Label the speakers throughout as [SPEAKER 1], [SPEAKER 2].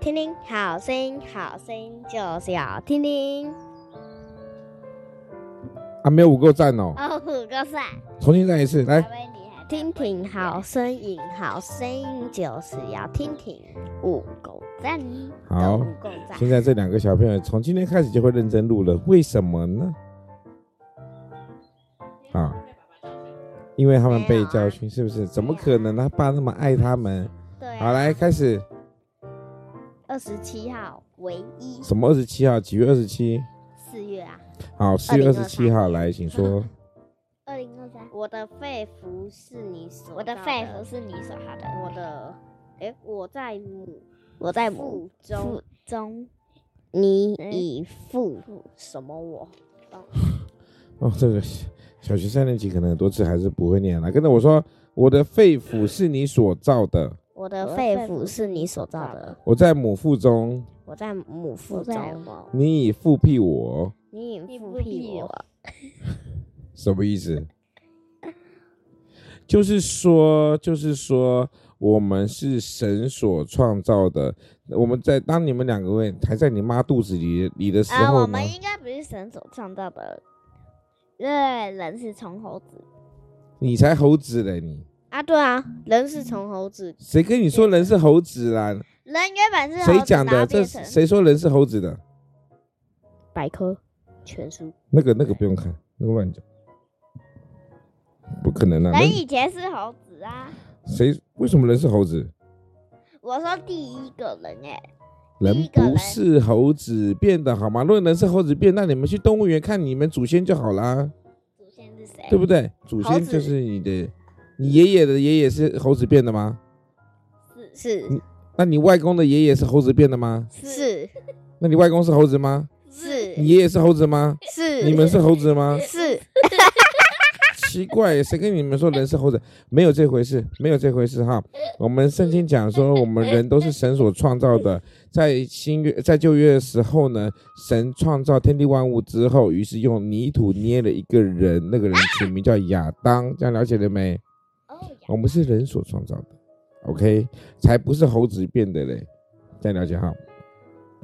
[SPEAKER 1] 听听，好声音，好声音就是要听听。
[SPEAKER 2] 啊，没有五个赞哦，
[SPEAKER 1] 哦，五个赞，
[SPEAKER 2] 重新再一次，来
[SPEAKER 1] 微，厉害。听听好声音，好声音就是要听听，五个赞，
[SPEAKER 2] 好
[SPEAKER 1] 五个赞。
[SPEAKER 2] 现在这两个小朋友从今天开始就会认真录了，为什么呢？啊，因为他们被教训，是不是？怎么可能？他爸那么爱他们。
[SPEAKER 1] 啊对
[SPEAKER 2] 好，
[SPEAKER 1] 啊，
[SPEAKER 2] 来开始。
[SPEAKER 1] 二十七号唯一
[SPEAKER 2] 什么二十七号？几月二十七？
[SPEAKER 1] 四月啊，
[SPEAKER 2] 好，四月二十七
[SPEAKER 1] 2023
[SPEAKER 2] 号来，请说。
[SPEAKER 1] 二零二三。我的肺腑是你所，
[SPEAKER 3] 我的肺腑，是你所好的，
[SPEAKER 1] 我
[SPEAKER 3] 我
[SPEAKER 1] 的，诶，我在母，我在
[SPEAKER 3] 在
[SPEAKER 1] 母
[SPEAKER 3] 母
[SPEAKER 1] 中，
[SPEAKER 3] 中
[SPEAKER 1] 你
[SPEAKER 3] 诶
[SPEAKER 1] 已负什么我？
[SPEAKER 2] 哦，这个小小学三年级可能很多次还是不会念了。跟着我说，我的肺腑是你所造的，
[SPEAKER 1] 我的
[SPEAKER 3] 我的
[SPEAKER 1] 肺
[SPEAKER 3] 肺
[SPEAKER 1] 腑
[SPEAKER 3] 腑
[SPEAKER 1] 是
[SPEAKER 3] 是
[SPEAKER 1] 你
[SPEAKER 3] 你
[SPEAKER 1] 所
[SPEAKER 3] 所
[SPEAKER 1] 造
[SPEAKER 3] 造
[SPEAKER 1] 的
[SPEAKER 3] 的，
[SPEAKER 2] 我在母腹中，
[SPEAKER 1] 我在母腹
[SPEAKER 3] 我在
[SPEAKER 1] 中，
[SPEAKER 2] 你已复辟我，
[SPEAKER 1] 你已
[SPEAKER 3] 你
[SPEAKER 1] 复
[SPEAKER 3] 复辟
[SPEAKER 1] 辟我
[SPEAKER 3] 我。
[SPEAKER 2] 什么意思？ 就是说，就是说，我们是神所创造的。我们在当你们两个位还在你妈肚子里里的时
[SPEAKER 3] 啊，
[SPEAKER 2] 候
[SPEAKER 3] 我
[SPEAKER 2] 呢
[SPEAKER 3] 们，应该不是神所创造的，因为人是从猴子
[SPEAKER 2] 你才猴子嘞！你
[SPEAKER 1] 啊，对啊，人是从猴子，
[SPEAKER 2] 谁跟你说人是猴子啦？
[SPEAKER 3] 人原本是猴
[SPEAKER 2] 谁
[SPEAKER 3] 子
[SPEAKER 2] 讲
[SPEAKER 3] 然
[SPEAKER 2] 的？
[SPEAKER 3] 后
[SPEAKER 2] 这
[SPEAKER 3] 变成
[SPEAKER 2] 谁说人是猴子的？
[SPEAKER 1] 百科全书，
[SPEAKER 2] 那个那个不用看，那个乱讲，不可能啊！
[SPEAKER 3] 人
[SPEAKER 2] 人
[SPEAKER 3] 以前是猴子啊。
[SPEAKER 2] 谁为什么人是猴子？
[SPEAKER 3] 我说第一个人哎、第
[SPEAKER 2] 人
[SPEAKER 3] 一个
[SPEAKER 2] 不
[SPEAKER 3] 人
[SPEAKER 2] 是猴子变的好吗？如果人是猴子变，那你们去动物园看你们祖先就好啦，
[SPEAKER 3] 祖先是谁？
[SPEAKER 2] 对不对？祖
[SPEAKER 3] 哎猴
[SPEAKER 2] 先
[SPEAKER 3] 子
[SPEAKER 2] 就是你的，你爷爷的爷爷是猴子变的吗？
[SPEAKER 3] 是
[SPEAKER 1] 是
[SPEAKER 2] 你那你外公的爷爷是猴子变的吗？
[SPEAKER 1] 是
[SPEAKER 2] 那你外公是猴子吗？你
[SPEAKER 1] 是
[SPEAKER 2] 爷爷是猴子吗？
[SPEAKER 1] 是，
[SPEAKER 2] 你们是猴子吗？
[SPEAKER 1] 是
[SPEAKER 2] 奇怪，谁跟你们说人是猴子？没有这回事，没有这回事哈。我们圣经讲说，我们人都是神所创造的，在新约在旧约的时候呢，神创造天地万物之后，于是用泥土捏了一个人，那个人取名叫亚当，这样了解了没？
[SPEAKER 3] 哦，
[SPEAKER 2] 我们是人所创造的，OK，才不是猴子变的嘞，这样了解哈。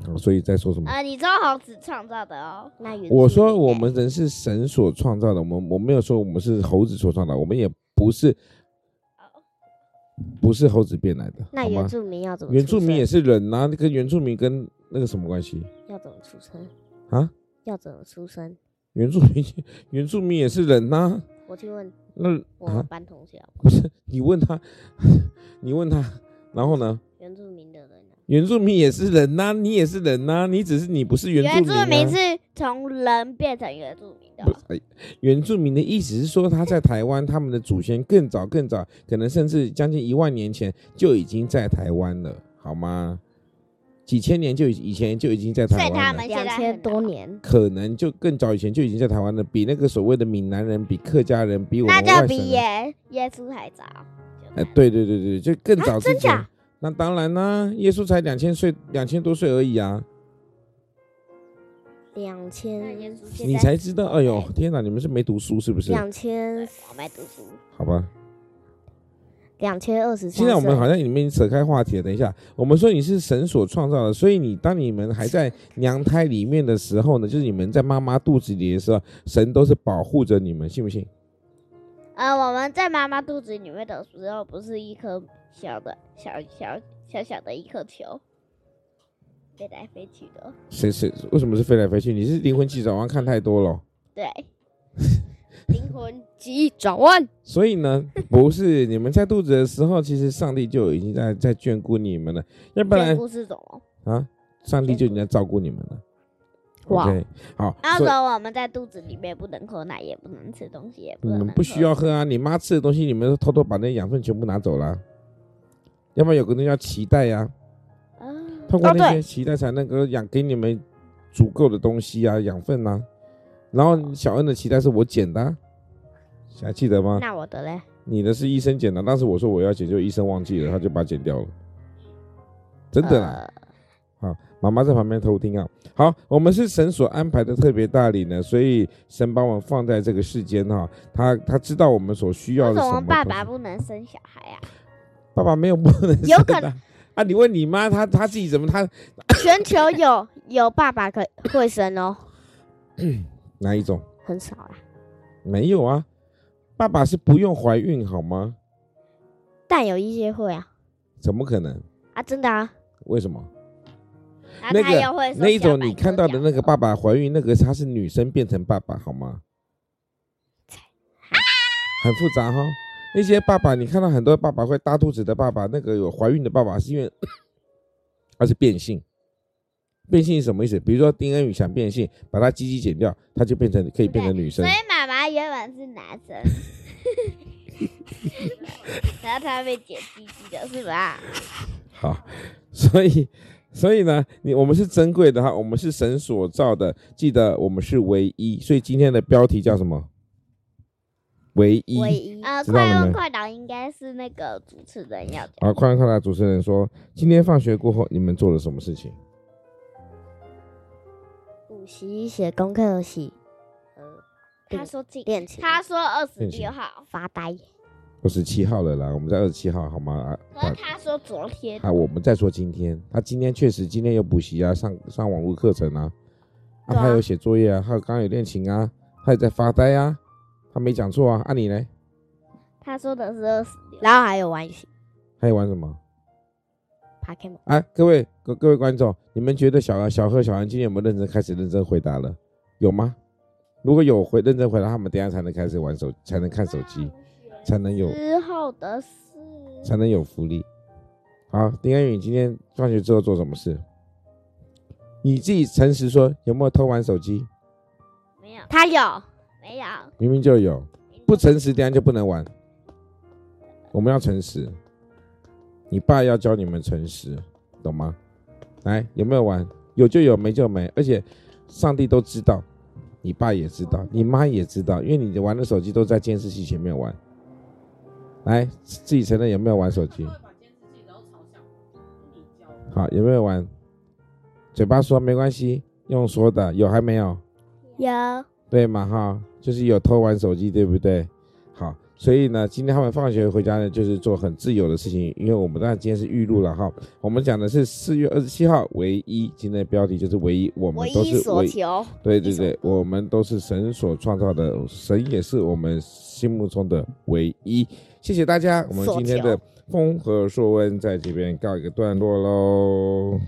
[SPEAKER 2] 好，所以在说什么？
[SPEAKER 1] 啊
[SPEAKER 3] 呃，你说猴子创造的哦，
[SPEAKER 1] 那原
[SPEAKER 2] 我
[SPEAKER 1] 住
[SPEAKER 2] 说
[SPEAKER 1] 民
[SPEAKER 2] 我
[SPEAKER 1] 欸
[SPEAKER 2] 们人是神所创造的，我们我没有说我们是猴子所创造的，我们也不是不是猴子变来的，
[SPEAKER 1] 哦那
[SPEAKER 2] 好
[SPEAKER 1] 原
[SPEAKER 2] 吗？
[SPEAKER 1] 住民要怎么出生？
[SPEAKER 2] 原住民也是人呐、那跟原住民跟那个什么关系
[SPEAKER 1] 要怎么出生？
[SPEAKER 2] 啊？
[SPEAKER 1] 要怎么出生？
[SPEAKER 2] 原住民原住民也是人呐、
[SPEAKER 1] 我去问
[SPEAKER 2] 那
[SPEAKER 1] 我
[SPEAKER 2] 啊，
[SPEAKER 1] 班同学好不好，
[SPEAKER 2] 你问他， 你问他，然后呢？
[SPEAKER 1] 原住民的人啊
[SPEAKER 2] 原住民也是人呐、你也是人呐、你只是你不是原
[SPEAKER 3] 原
[SPEAKER 2] 住
[SPEAKER 3] 住
[SPEAKER 2] 民、啊。
[SPEAKER 3] 民是从人变成原住民的
[SPEAKER 2] 不
[SPEAKER 3] 哦、
[SPEAKER 2] 哎，原住民的意思是说，他在台湾，他们的祖先更早更早，可能甚至将近一万年前就已经在台湾了，好吗？几千年就已以前就已经在台
[SPEAKER 3] 所以他
[SPEAKER 2] 湾了
[SPEAKER 3] 们，
[SPEAKER 1] 两
[SPEAKER 3] 现在
[SPEAKER 1] 千
[SPEAKER 3] 很
[SPEAKER 1] 多
[SPEAKER 3] 老
[SPEAKER 1] 年，
[SPEAKER 2] 可能就更早以前就已经在台湾了，比那个所谓的闽南人、比客家人、比我
[SPEAKER 3] 那
[SPEAKER 2] 们
[SPEAKER 3] 就
[SPEAKER 2] 外
[SPEAKER 3] 比
[SPEAKER 2] 省人，
[SPEAKER 3] 耶耶稣还早。
[SPEAKER 2] 哎，对对对对，就更
[SPEAKER 3] 啊
[SPEAKER 2] 早之
[SPEAKER 1] 真
[SPEAKER 2] 前。
[SPEAKER 1] 假
[SPEAKER 2] 那当然啦、耶稣才两千岁，两千多岁而已啊，
[SPEAKER 1] 两千
[SPEAKER 3] 现
[SPEAKER 2] 你才知道，哎呦，天哪，你们是没读书是不是？
[SPEAKER 1] 两千
[SPEAKER 3] 我没读书，
[SPEAKER 2] 好吧，
[SPEAKER 1] 两千二十三。
[SPEAKER 2] 现在我们好像你们已经扯开话题了。等一下，我们说你是神所创造的，所以你当你们还在娘胎里面的时候呢，就是你们在妈妈肚子里的时候，神都是保护着你们，信不信？
[SPEAKER 3] 呃，我们在妈妈肚子里面的时候，不是一颗小的小小小小的一颗球，飞来飞去的。哦
[SPEAKER 2] 谁谁为什么是飞来飞去？你是灵魂急转弯看太多了哦。
[SPEAKER 3] 对，
[SPEAKER 1] 灵魂急转弯，
[SPEAKER 2] 所以呢，不是你们在肚子的时候，其实上帝就已经在在眷顾你们了，要不
[SPEAKER 3] 这
[SPEAKER 2] 然
[SPEAKER 3] 故事怎么？
[SPEAKER 2] 啊，上帝就已经在照顾你们了。
[SPEAKER 1] 哇
[SPEAKER 2] OK，好，
[SPEAKER 3] 那
[SPEAKER 2] 所以
[SPEAKER 3] 时候我们在肚子里面不能喝奶，也不能吃东西，也不
[SPEAKER 2] 你
[SPEAKER 3] 能
[SPEAKER 2] 们
[SPEAKER 3] 喝
[SPEAKER 2] 不需要喝啊，你妈吃的东西，你们都偷偷把那养分全部拿走了啊、要不然有个东西叫脐带呀、
[SPEAKER 3] 啊。
[SPEAKER 2] 通过
[SPEAKER 1] 哦
[SPEAKER 2] 那
[SPEAKER 1] 对
[SPEAKER 2] 些脐带才能够养给你们足够的东西啊，养分啊。然后小恩的脐带是我剪的啊、还记得吗？
[SPEAKER 1] 那我的嘞？
[SPEAKER 2] 你的是医生剪的，当时我说我要剪，就医生忘记了，他就把它剪掉了。真的啦，
[SPEAKER 1] 呃
[SPEAKER 2] 妈妈在旁边偷听啊。好，我们是神所安排的特别大礼呢，所以神把我们放在这个世间哈、他他知道我们所需要
[SPEAKER 3] 为
[SPEAKER 2] 的
[SPEAKER 3] 什
[SPEAKER 2] 什么
[SPEAKER 3] 么
[SPEAKER 2] 东西。
[SPEAKER 3] 爸爸不能生小孩啊？
[SPEAKER 2] 爸爸没有不能
[SPEAKER 3] 有
[SPEAKER 2] 生
[SPEAKER 3] 可
[SPEAKER 2] 的啊， 啊，你问你妈，她她自己怎么她
[SPEAKER 1] 全球有 有爸爸可以会生哦，
[SPEAKER 2] 哪一种？
[SPEAKER 1] 很少啊啦，
[SPEAKER 2] 没有啊，爸爸是不用怀孕好吗？
[SPEAKER 1] 但有一些会啊
[SPEAKER 2] 怎么可能？
[SPEAKER 1] 啊，真的啊，
[SPEAKER 2] 为什么？
[SPEAKER 3] 然
[SPEAKER 2] 那
[SPEAKER 3] 后他
[SPEAKER 2] 个
[SPEAKER 3] 又会说
[SPEAKER 2] 那一
[SPEAKER 3] 小
[SPEAKER 2] 种
[SPEAKER 3] 白
[SPEAKER 2] 你
[SPEAKER 3] 兔
[SPEAKER 2] 看到的
[SPEAKER 3] 讲
[SPEAKER 2] 那个
[SPEAKER 3] 什么
[SPEAKER 2] 爸爸怀孕，那个他是女生变成爸爸，好吗？很复杂哈、那些爸爸，你看到很多爸爸会大肚子的爸爸，那个有怀孕的爸爸是因为 他是变性。变性是什么意思？比如说丁恩宇想变性，把他鸡鸡剪掉，他就变成可以变成女生
[SPEAKER 3] 所以。妈妈原本是男 生，然后他被剪鸡鸡的是吧？
[SPEAKER 2] 好， 所以所以呢，你我们是珍贵的哈，我们是神所造的，记得我们是唯一。所以今天的标题叫什么？唯一。
[SPEAKER 1] 唯一啊
[SPEAKER 3] 呃，
[SPEAKER 2] 知道了
[SPEAKER 3] 快问
[SPEAKER 2] 没
[SPEAKER 3] 快答应该是那个主持人要讲。
[SPEAKER 2] 好，快问快答，主持人说，今天放学过后你们做了什么事情？
[SPEAKER 1] 补习、写功课、洗呃
[SPEAKER 3] 他说进，
[SPEAKER 1] 练琴、
[SPEAKER 3] 他说二十
[SPEAKER 2] 练琴
[SPEAKER 3] 六号，
[SPEAKER 1] 发呆。
[SPEAKER 2] 二十七号了啦，我们在二十七号好吗？啊
[SPEAKER 3] 可是他说昨天
[SPEAKER 2] 啊，我们在说今天，他今天确实今天有补习啊，上上网络课程啊，啊，
[SPEAKER 1] 对啊
[SPEAKER 2] 他有写作业啊，他有刚刚有练琴啊，他也在发呆啊，他没讲错啊，啊你呢？
[SPEAKER 3] 他说的是二十六，
[SPEAKER 1] 然后还有玩游戏
[SPEAKER 2] 还有玩什么？
[SPEAKER 1] Pokemon，
[SPEAKER 2] 哎，各位各各位观众，你们觉得小小贺、小安今天有没有认真开始认真回答了？有吗？如果有回认真回答，他们等一下才能开始玩手，才能看手机，才能有
[SPEAKER 3] 之后的事。
[SPEAKER 2] 才能有福利。好，丁恩宇，你今天放学之后做什么事？你自己诚实说，有没有偷玩手机？
[SPEAKER 3] 没有，
[SPEAKER 1] 他有
[SPEAKER 3] 没有，
[SPEAKER 2] 明明就有，不诚实，等一下就不能玩。我们要诚实，你爸要教你们诚实，懂吗？来，有没有玩？有就有，没就没。而且，上帝都知道，你爸也知道，你妈也知道，因为你玩的手机都在监视器前面玩。来，自己承认有没有玩手机？好，有没有玩？嘴巴说没关系，用说的有还没有？
[SPEAKER 1] 有
[SPEAKER 2] 对嘛哈，就是有偷玩手机，对不对？好，所以呢，今天他们放学回家呢，就是做很自由的事情，因为我们当然今天是预录了哈，我们讲的是四月二十七号唯一，今天的标题就是唯一，我们
[SPEAKER 1] 唯
[SPEAKER 2] 都
[SPEAKER 1] 一
[SPEAKER 2] 是
[SPEAKER 1] 所
[SPEAKER 2] 唯
[SPEAKER 1] 求，
[SPEAKER 2] 对对对，我们都是神所创造的，神也是我们心目中的唯一。谢谢大家，我们今天的
[SPEAKER 1] 所
[SPEAKER 2] 风和硕温在这边告一个段落喽。